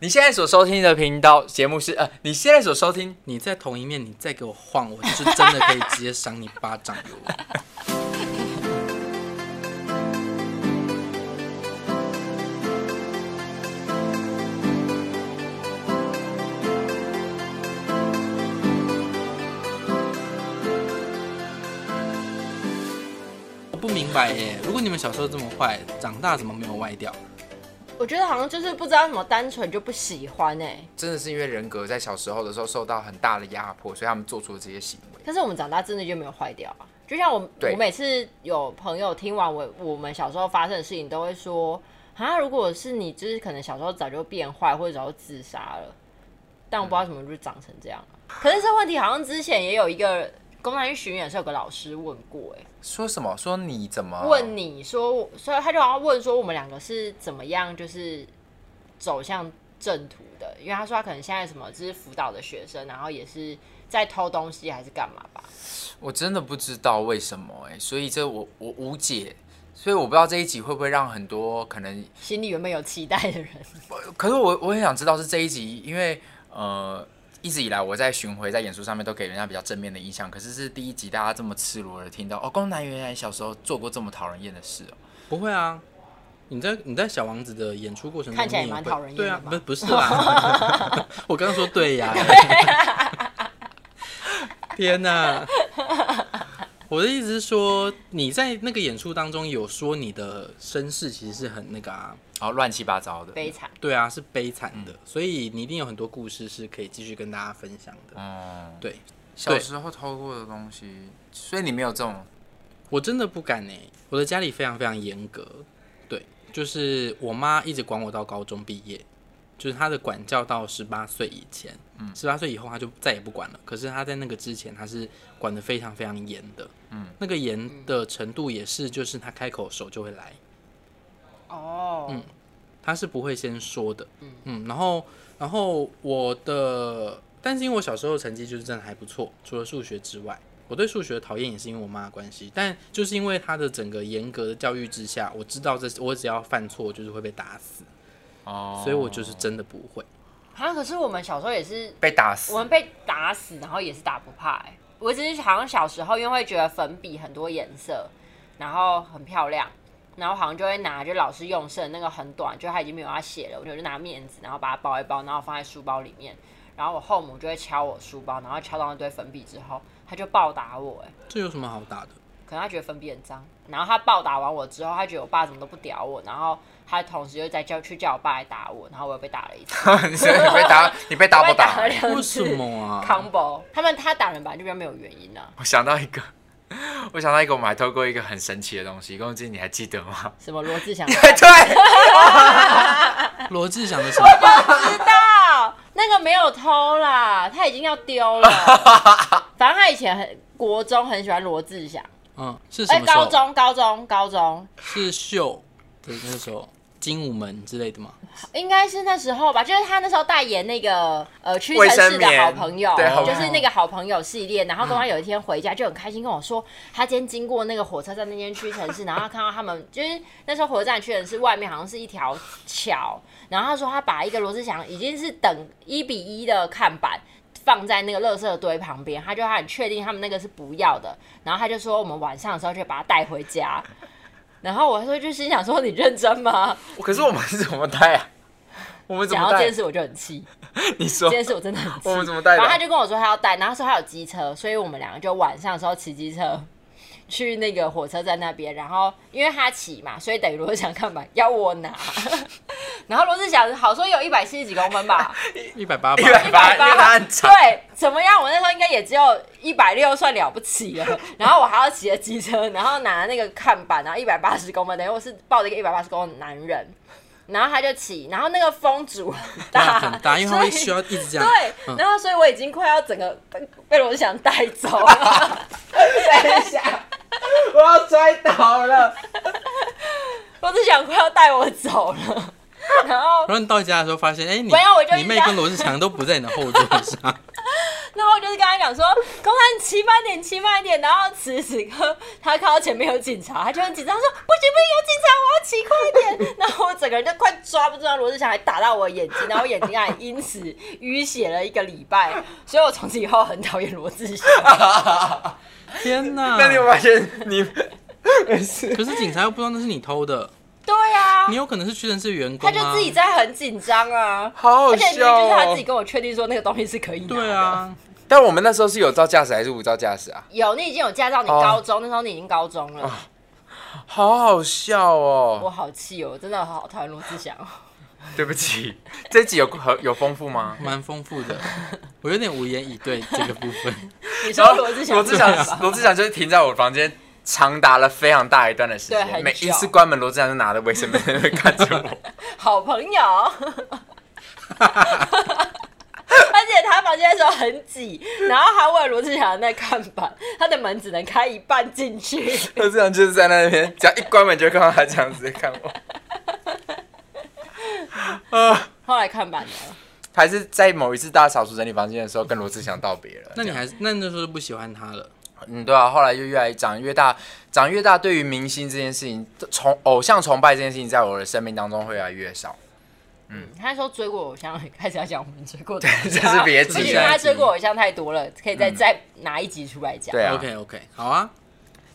你现在所收听的频道节目是呃，你现在所收听你在同一面，你再给我晃，我是真的可以直接赏你巴掌哟。我不明白耶，如果你们小时候这么坏，长大怎么没有歪掉？我觉得好像就是不知道什么单纯就不喜欢哎、真的是因为人格在小时候的时候受到很大的压迫，所以他们做出了这些行为。但是我们长大真的就没有坏掉啊。就像我，对我每次有朋友听完我我们小时候发生的事情，都会说啊，如果是你，就是可能小时候早就变坏，或者早就自杀了。但我不知道怎么就长成这样啊、可是这问题好像之前也有一个公安巡演是有个老师问过、欸，说什么？说你怎么问你说我，所以他就好像问说我们两个是怎么样，就是走向正途的，因为他说他可能现在什么就是辅导的学生，然后也是在偷东西还是干嘛吧，我真的不知道为什么哎、所以这我我无解，所以我不知道这一集会不会让很多可能，心里原本有期待的人，可是我我很想知道是这一集，因为呃一直以来我在巡回在演出上面都给人家比较正面的印象，可是是第一集大家这么赤裸的听到哦，宫南原来小时候做过这么讨人厌的事哦，不会啊，你在你在小王子的演出过程中，看起来你也蛮会讨人厌对的啊，嘛不不是 啦，我刚刚说对呀、天哪！我的意思是说，你在那个演出当中有说你的身世其实是很那个啊，然后乱七八糟的，悲惨。对啊，是悲惨嗯的，所以你一定有很多故事是可以继续跟大家分享的。嗯，对小时候偷过的东西，所以你没有这种我真的不敢呢、我的家里非常非常严格，对，就是我妈一直管我到高中毕业，就是她的管教到十八岁以前，嗯，十八岁以后她就再也不管了。可是她在那个之前，她是管得非常非常严的，嗯，那个严的程度也是，就是她开口手就会来，哦，他是不会先说的。嗯然后然后我的，但是因为我小时候成绩就是真的还不错，除了数学之外，我对数学的讨厌也是因为我妈的关系。但就是因为她的整个严格的教育之下，我知道这我只要犯错就是会被打死，哦，所以我就是真的不会。啊，可是我们小时候也是，被打死我， 们被打死，然后也是打不怕、欸。我只是好像小时候因为会觉得粉笔很多颜色，然后很漂亮，然后好像就会拿，就老师用剩那个很短，就他已经没有要写了，我就拿面纸，然后把它包一包，然后放在书包里面。然后我后母就会敲我书包，然后敲到那堆粉笔之后，他就暴打我、欸，这有什么好打的？可能他觉得粉笔很脏，然后他暴打完我之后，他觉得我爸怎么都不屌我，然后他同时又再叫去叫我爸来打我，然后我又被打了一次，你被打，你被打我不被打了？两为次什么啊？ combo。他们他打人本来就比较没有原因啊，我想到一个， 我想到一个，我们还偷过一个很神奇的东西，公鸡，你还记得 吗？什么罗志 祥对，罗志祥的嗯什么？知道那个没有偷啦，他已经要 丢了。反正他以前很国中很喜欢罗志祥，嗯，是什哎、么时高候？中高中高中是秀的那时候，精武门之类的吗？应该是那时候吧，就是他那时候代言那个呃屈卫臣生氏的好棉朋友对好，就朋是友那个好朋友系列。然后刚刚有一天回家就很开心跟我说，他今天经过那个火车站那间屈臣氏，然后他看到他们就是那时候火车站屈臣氏外面好像是一条桥，然后他说他把一个罗志祥已经是等一比一的看板。放在那个垃圾堆旁边，他就他很确定他们那个是不要的，然后他就说我们晚上的时候就把它带回家， 然后我说就心想说你认真吗？可是我们是怎么带啊？我们怎讲么到这件带？事我就很气，你说这件事我真的很气。我们怎么带的然后他就跟我说他要带，然后他说他有机车，所以我们两个就晚上的时候骑机车去那个火车站那边。然后因为他骑嘛，所以等于罗志祥看板要我拿。 然后罗志祥好说有一百四十几公分吧，一百八一吧。百八，因为 他很 长，对，怎么样？我那时候应该也只有一百六算了不起了。然后我还要骑着机车，然后拿那个看板，然后一百八十公分，等于我是抱着一个一百八十公分的男人。然后他就骑，然后那个风阻很大，大很大，因为他会需要一直这样。对，嗯然后所以我已经快要整个被被罗志祥带走 了。等一下，我要摔倒了。罗志祥快要带我走了，然后然后你到家的时候发现，哎、你没有我就你一妹直 跟罗志祥都不在你的后座上，然后我就是跟他讲说，公安骑慢点，骑慢点。然后此时此刻，他看到前面有警察，他就很紧张，说不行不行，有警察，我要骑快一点。 然后我整个人就快抓不住那罗志祥，还打到我眼睛，然后我眼睛还啊因此淤血了一个礼拜。所以我从此以后很讨厌罗 志祥。天哪！那你有发现你 没事？可是警察又不知道那是你偷的，对啊你，有可能是屈臣氏员工、他啊，就自己在很紧张啊。好好而且明明笑就是他自哦己！跟我确定说那个东西是可以拿的。对，啊，但我们那时候是有照驾驶还是无照驾驶啊？有你已经有驾照，你哦高中、那时候你已经高中了。好好笑我哦！好气哦，我真的好讨厌罗志 祥哦。对不起， 这集有有有丰富吗？蛮丰富的。我有点无言以对这个部分。 你然说后罗志祥，罗志祥，罗志祥就是停在我房间，长达了非常大一段的时对很间。久每一次关门，罗志祥就拿着卫生 棉在那边看着我。好朋友。 而且他房间的时候很挤，然后还为了罗志祥的那看板，他的门只能开一半进去。罗志祥就是在那边，只要一关门就看到他这样子在看我。啊！后来看板了，还是在某一次大扫除整理房间的时候，跟罗志祥道别了。那你还是那那时候就不喜欢他了，嗯，对啊，后来就越来长越大，长越大，对于明星这件事情，崇偶像崇拜这件事情，在我的生命当中会越来越少。嗯，他说追过偶像，开始要讲我们追过的， 这是别急而且下一他集嗯追过偶像太多了，可以再再拿一集出来讲。对啊 OK OK，好啊，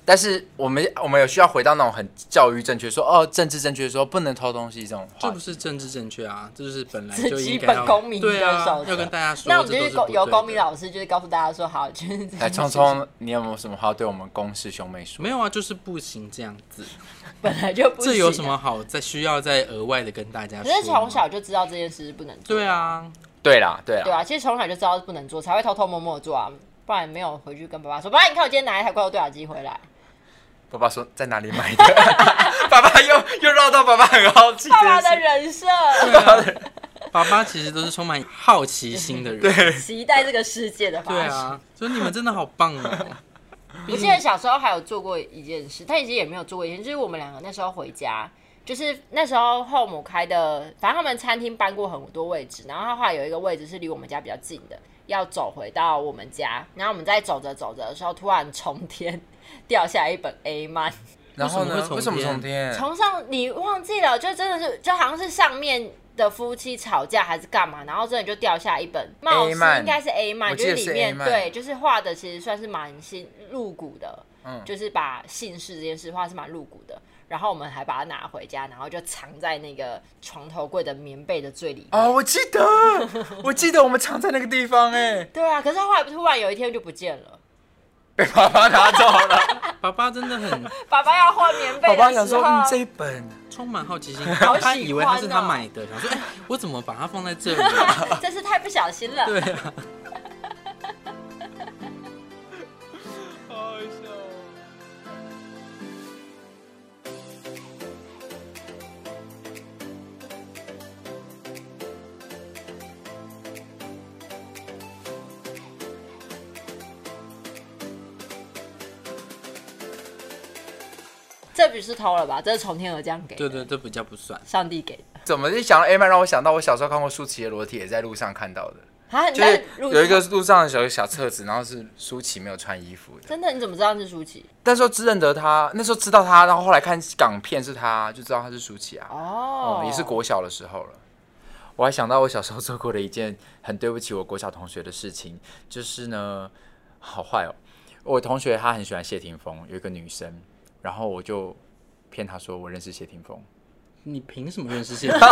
但是我们我们有需要回到那种很教育正确，说哦政治正确，说不能偷东西这种这话不。是政治正确啊，这就是本来这就应基该本要公民对啊的守，则要跟大家说，那我们这就都是是公不由对公民的老师，就是告诉大家说，好，就是这来，件聪事情 聪，你有没有什么话对我们公视兄妹说？没有啊，就是不行这样子，本来就不这有什行么好再需要再额外的跟大家可说？是从小。就知道这件事是不能做的。对啊，对啦，对啦，对啊，其实从小就知道是不能做，才会偷偷摸摸地做啊，不然没有回去跟爸爸说。爸爸，你看我今天拿一台怪兽对讲机回 来，爸爸说在哪里 买的？爸爸又又绕到爸爸很好奇爸爸这件的事人设啊爸爸其实都是充满好奇心的人。 期待这个世界的发对生。啊，所以你们真的好棒 哦！我记得小时候还有做过一件事，但其实也没有做过一件，就是我们两个那时候回家，就是那时候后母开的，反正他们餐厅搬过很多位置，然后他后来有一个位置是离我们家比较近的，要走回到我们家，然后我们在走着走着的时候，突然从天 掉下来一本 A 漫。然后呢？为为什什么从么会从天？从上你忘记了，就真的是就好像是上面的夫妻吵架还是干嘛，然后真的就掉下一本，貌似 A 漫应该是 A 漫，我就记得里是 A 面漫对，就是画的其实算是蛮新露骨的，嗯就是把姓氏这件事画得是蛮露骨的。然后我们还把它拿回家，然后就藏在那个床头柜的棉被的最里面。哦，我记得，我记得我们藏在那个地方哎，对啊，可是后来突然有一天就不见了。被爸爸拿走了。爸爸真的很爸爸要画棉被爸爸的想时说，候，嗯，这一本充满好奇心，好喜欢哦他以为他是他买的，想说哎、我怎么把它放在 这里？ 真是太不小心了。对啊。 好好笑哦。这不是偷了吧？这是从天而降给的对对，这比较不算。上帝给的怎么一想到 A 曼，让我想到我小时候看过舒淇的裸体，也在路上看到的，啊！你就在是录有一个什么路上有一个小册子，然后是舒淇没有穿衣服的。真的，你怎么知道是舒淇？那时候只认得她，那时候知道她，然后后来看港片是她，就知道她是舒淇啊。哦哦，，也是国小的时候了。我还想到我小时候做过的一件很对不起我国小同学的事情，就是呢，好坏哦，我同学她很喜欢谢霆锋，有一个女生，然后我就骗她说我认识谢霆锋，你凭什么认识谢霆锋？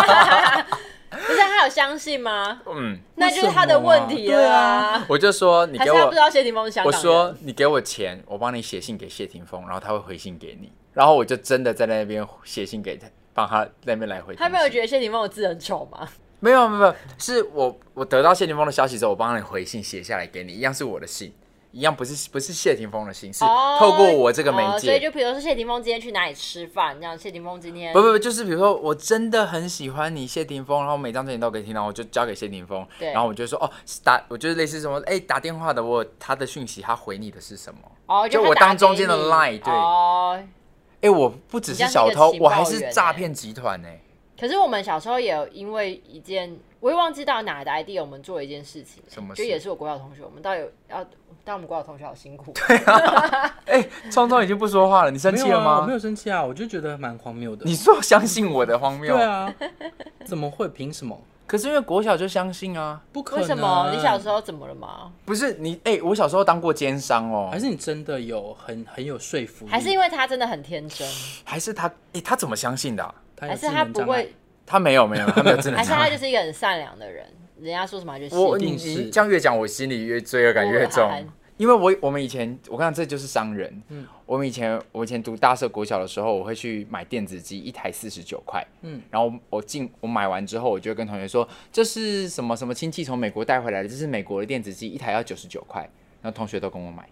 不是他有相信吗？嗯，那就是他的问题了啊。我就说你还给是我他不知道谢霆锋是香我港人？说你给我钱，我帮你写信给谢霆锋，然后他会回信给你。然后我就真的在那边写信给他，帮他那边来回通知。他没有觉得谢霆锋的字很丑吗？没有没有没有，是我我得到谢霆锋的消息之后，我帮你回信写下来给你，一样是我的信，一样不是不是谢霆锋的信，是哦，透过我这个媒哦所介。以就比如说谢霆锋今天去哪里吃饭，这样谢霆锋今天不不不，就是比如说，我真的很喜欢你谢霆锋，然后每张专辑都可以听到，我就交给谢霆锋。对然后我就说哦，打，我就是类似什么，哎，打电话的我有他的讯息，他回你的是什么？哦，就他我打当中给间的你 line，对哦，哎，我不只你是像是小一个偷，情我还报是员诈欸骗集团呢、可是我们小时候也有因为一件，我也忘记到哪的 idea，我们做一件事情，什么事就也是我国小同学，我们到有要，但我们国小同学好辛苦， 啊哎、聪聪已经不说话了，你生气 没有了啊我吗没？有生气啊，我就觉得蛮荒谬的。你说相信我的荒 谬对，啊，怎么会？凭什么？可是因为国小就相信啊，不可为能。什么？你小时候怎么了吗？不是你哎、我小时候当过奸商哦，还是你真的有很很有说服力？还是因为他真的很天真，还是他哎、他怎么相信的啊、他有还是智他能不障碍会，他没有没有，他没有 智能还是障他碍。就是一个很善良的人，人家说什么他就信。我一你定是你这样越讲，我心里越罪恶感越我重很。因为我我们以前，我刚才这就是商人。嗯我们以前我以前读大社国小的时候，我会去买电子机，一台四十九块。嗯嗯，然后我进我买完之后，我就会跟同学说，这是什么什么亲戚从美国带回来的，这是美国的电子机，一台要九十九块。然后同学都跟我买。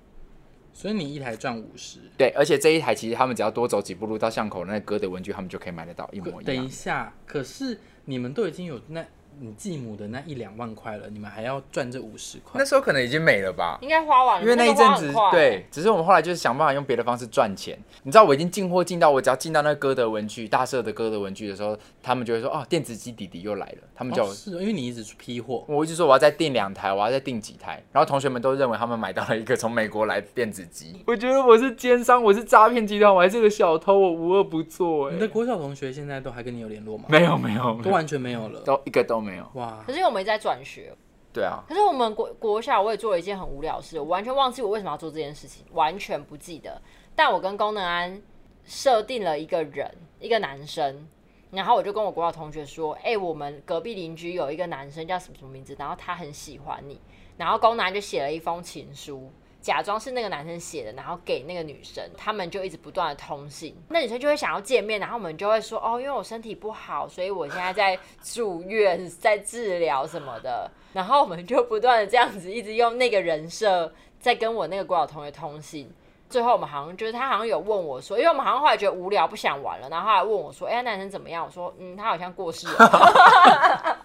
所以你一台赚五十。对，而且这一台其实他们只要多走几步路到巷口那个歌德文具，他们就可以买得到一模一等一样。下，可是你们都已经有那你继母的那一两万块了，你们还要赚这五十块那？时候可能已经没了吧？应该花完了，因为那那一个花阵子很快，啊对，只是我们后来就是想办法用别的方式赚钱。你知道我已经进货进到我只要进到那个歌德文具大社的歌德文具的时候，他们就会说哦，电子机弟弟又来了，他们叫我。哦、是因为你一直去批货，我一直说我要再订两台，我要再订几台，然后同学们都认为他们买到了一个从美国来的电子机。我觉得我是奸商，我是诈骗集团，我还是个小偷，我无恶不作哎、你的国小同学现在都还跟你有联络吗？没有没有，都没有完全没有嗯了。 都一个都没有。哇可，是因为我们一直在转学，对啊，可是我们国国小我也做了一件很无聊的事，我完全忘记我为什么要做这件事情，完全不记得。但我跟功能安设定了一个人，一个男生，然后我就跟我国小同学说：“哎、我们隔壁邻居有一个男生叫什么什么名字，然后他很喜欢你。”然后功能安就写了一封情书。假装是那个男生写的，然后给那个女生，他们就一直不断的通信，那女生就会想要见面，然后我们就会说，哦，因为我身体不好，所以我现在在住院，在治疗什么的，然后我们就不断的这样子，一直用那个人设在跟我那个国小同学通信。最后我们好像就是他好像有问我说，因为我们好像后来觉得无聊不想玩了，然后他来问我说，哎、那男生怎么样？我说，嗯，他好像过世了。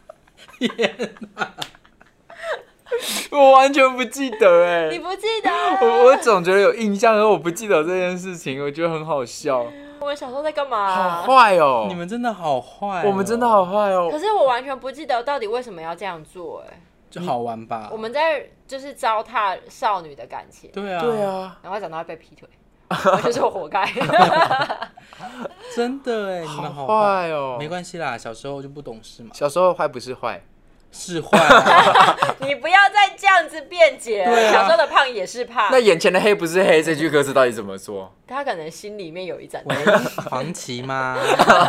我完全不记得哎、你不记得？啊我我总觉得有印象，而我不记得这件事情，我觉得很好笑，我们小时候在干好嘛？啊 坏哦！你们真的好坏哦、我们真的好坏可哦！是我完全不记得到底为什么要这样做、哎。就好玩吧？我们在就是糟蹋少女的感情，对啊，对，啊，然后长大会被劈腿，我就是我活该。真的哎，你们好坏。坏哦！没关系啦，小时候就不懂事嘛，小时候坏不是坏，是坏 啊、你不要再这样子辩解，对啊小时候的胖也是胖那，眼前的黑不是黑，这句歌词到底怎么说？他可能心里面有一盏喂，黄芪吗？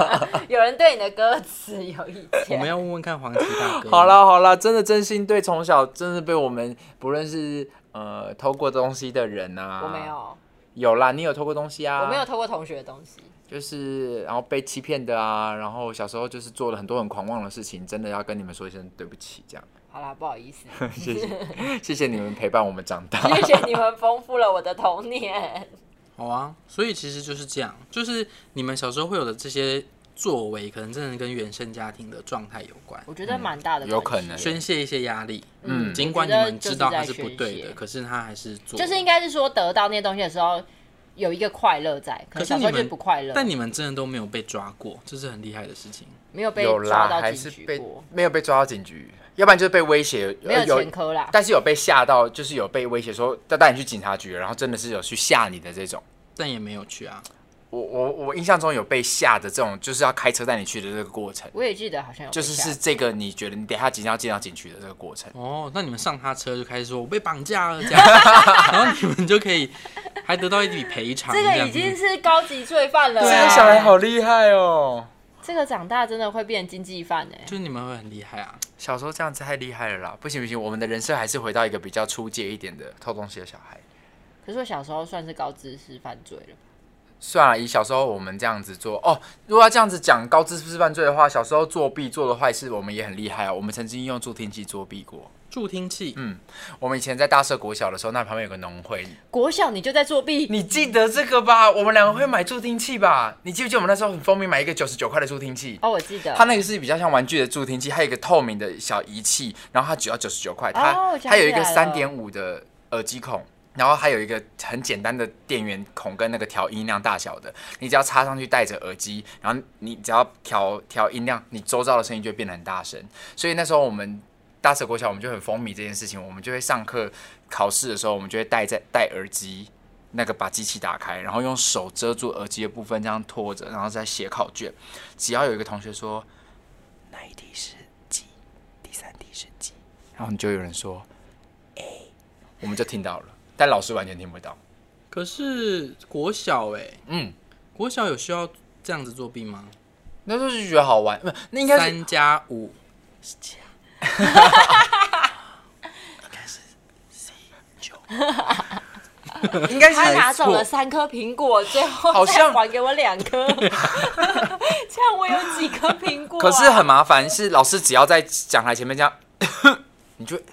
有人对你的歌词有意我们见。要问问看黄芪大哥。好，啦好啦，真的真心对从小真的被我们不论是呃偷过东西的人啊，我没，有，有啦，你有偷过东西啊？我没有，偷过同学的东西。就是然后被欺骗的啊，然后小时候就是做了很多很狂妄的事情，真的要跟你们说一声对不起，这样好啦，不好意思，谢谢谢谢你们陪伴我们长大。谢谢你们丰富了我的童年。好啊，所以其实就是这样，就是你们小时候会有的这些作为，可能真的跟原生家庭的状态有关，我觉得蛮大的，有可能宣泄一些压力。嗯尽管你我觉们得就是知道它在是不对宣的，泄可是他还是做了，就是应该是说得到那些东西的时候有一个快乐在，可可能是小你时候就们不快乐，但你们真的都没有被抓过，这是很厉害的事情。没有被有抓啦，到还警是局被过，没有被抓到警局，要不然就是被威胁，没有呃有前科啊啦。但是有被吓到，就是有被威胁说要带你去警察局了，然后真的是有去吓你的这种。但也没有去啊，我我我印象中有被吓的这种，就是要开车带你去的这个过程，我也记得好像有就被是吓是这个你觉得你等一下即将要进到警局的这个过程。哦，那你们上他车就开始说我被绑架了这 样，然后你们就可以还得到一笔赔偿，这个样已经子是高级罪犯了。这对个啊小孩好厉害哦，这个长大真的会变经济犯哎、就是你们会很厉害啊。小时候这样子太厉害了啦！不行不行，我们的人设还是回到一个比较出界一点的偷东西的小孩。可是我小时候算是高知识犯罪了，算了，以小时候我们这样子做哦，如果要这样子讲高知识犯罪的话，小时候作弊做的坏事，我们也很厉害啊。我们曾经用助听器作弊过。助听器，我们以前在大社国小的时候，那旁边有个农会，国小你就在作弊，你记得这个吧？我们两个会买助听器吧？你记不记得我们那时候很风靡买一个九十九块的助听器？哦，我记得它那个是比较像玩具的助听器，还有一个透明的小仪器，然后它只要九十九块，它、哦我想起来了它有一个三点五的耳机孔，然后还有一个很简单的电源孔跟那个调音量大小的，你只要插上去戴着耳机，然后你只要调调音量，你周遭的声音就会变得很大声。所以那时候我们大社国小我们就很风靡这件事情，我们就会上课考试的时候，我们就会戴在戴耳机，那个把机器打开，然后用手遮住耳机的部分这样拖着，然后再写考卷。只要有一个同学说哪一题是几，第三题是几，然后你就有人说 A，我们就听到了，但老师完全听不到。可是国小哎、嗯，国小有需要这样子作弊吗？那时候就觉得好玩，不，那应该是三加五，应该他是拿没走了错。三颗苹果，最后好再像还给我两颗， 这样我有几颗苹果、啊？可是很麻烦，是老师只要在讲台前面这样， 你就会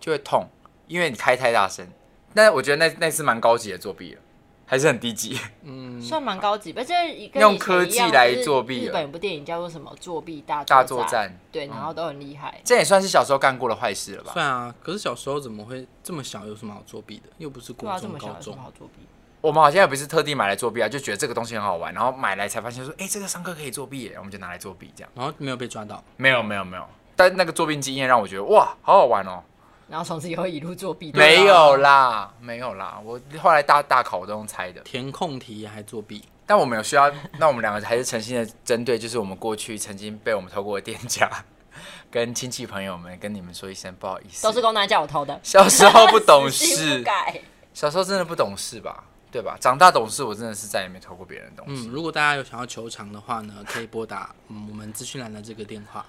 就会痛，因为你开太大声。但我觉得那那次蛮高级的作弊了，还是很低级。嗯，算蛮高级吧，就是跟以前用科技一样来就是作弊日了本有部电影叫做什么《作弊大大作作战，嗯对，然后都很厉害。这也算是小时候干过的坏事了吧？算啊。可是小时候怎么会这么小？有什么好作弊的？又不是对国啊，这中、么小高有什中么。好作弊？我们好像也不是特地买来作弊啊，就觉得这个东西很好玩，然后买来才发现说，哎、这个上课可以作弊耶，我们就拿来作弊这样。然后没有被抓到，没有没有没有，但那个作弊经验让我觉得哇，好好玩哦。然后从此以后一路作弊。 对啊没有啦，没有啦，我后来大大考我都用猜的。填空题还作弊，但我们有需 要，那我们两个还是诚心的针对，就是我们过去曾经被我们偷过的店家， 跟亲戚朋友们跟你们说一声不好意思，都是公男叫我偷的。小时候不懂 死性不事，改。小时候真的不懂事吧，对吧？长大懂事，我真的是再也没偷过别人的东西，嗯，如果大家有想要求偿的话 呢，可以拨打嗯我们资讯栏的这个电话，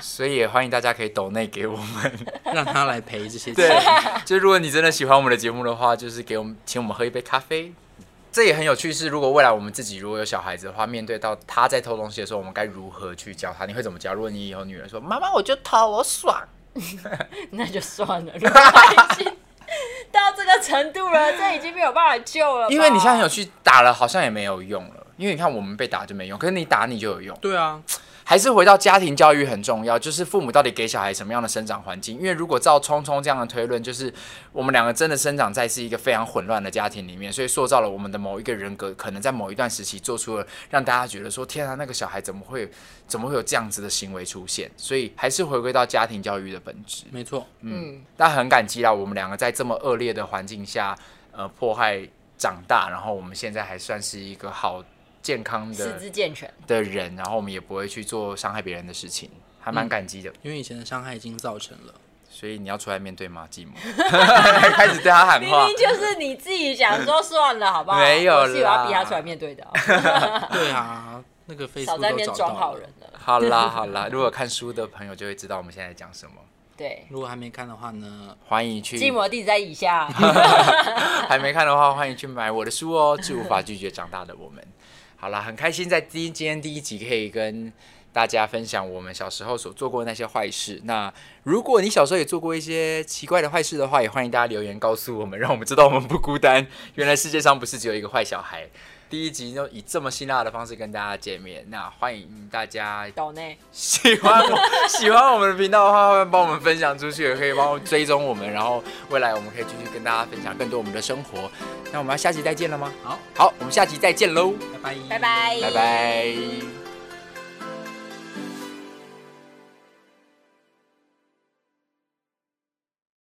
所以也欢迎大家可以抖内给我们。让他来赔这些对 钱。，就如果你真的喜欢我们的节目的话，就是给我们请我们喝一杯咖啡。这也很有趣，是如果未来我们自己如果有小孩子的话，面对到他在偷东西的时候，我们该如何去教他？你会怎么教？如果你以后女儿说妈妈我就偷，我爽，那就算了，如果他已经到这个程度了，这已经没有办法救了吧。因为你现在很有去打了，好像也没有用了。因为你看我们被打就没用，可是你打你就有用。对啊，还是回到家庭教育很重要，就是父母到底给小孩什么样的生长环境？因为如果照聪聪这样的推论，就是我们两个真的生长在是一个非常混乱的家庭里面，所以塑造了我们的某一个人格，可能在某一段时期做出了让大家觉得说天啊，那个小孩怎么会怎么会有这样子的行为出现？所以还是回归到家庭教育的本质。没错，嗯，但很感激啦，我们两个在这么恶劣的环境下，呃，迫害长大，然后我们现在还算是一个好健康四的肢健全，的人，然后我们也不会去做伤害别人的事情，还嗯蛮感激的。因为以前的伤害已经造成了。所以你要出来面对吗，继母？ 开始对他喊明话明。就是你自己想说算了，好不好？没有啦我是有要逼他出来 面对的哦，对啊，那个 Facebook 少在那边都找装到好了人。了。好啦好啦，如果看书的朋友就会知道我们现在在讲什么。对，如果还没看的话呢，欢迎去，寂寞的地址在以下。还没看的话，欢迎去买我的书哦，《 是无法拒绝长大的我们》。好啦，很开心在第一今天第一集可以跟大家分享我们小时候所做过的那些坏事。那如果你小时候也做过一些奇怪的坏事的话，也欢迎大家留言告诉我们，让我们知道我们不孤单。原来世界上不是只有一个坏小孩。第一集就以这么辛辣的方式跟大家见面，那欢迎大家岛内喜欢我喜欢我们的频道的话，欢迎帮我们分享出去，也可以帮我追踪我们，然后未来我们可以继续跟大家分享更多我们的生活。那我们要下期再见了吗？好，好，我们下期再见喽，拜拜，拜拜拜拜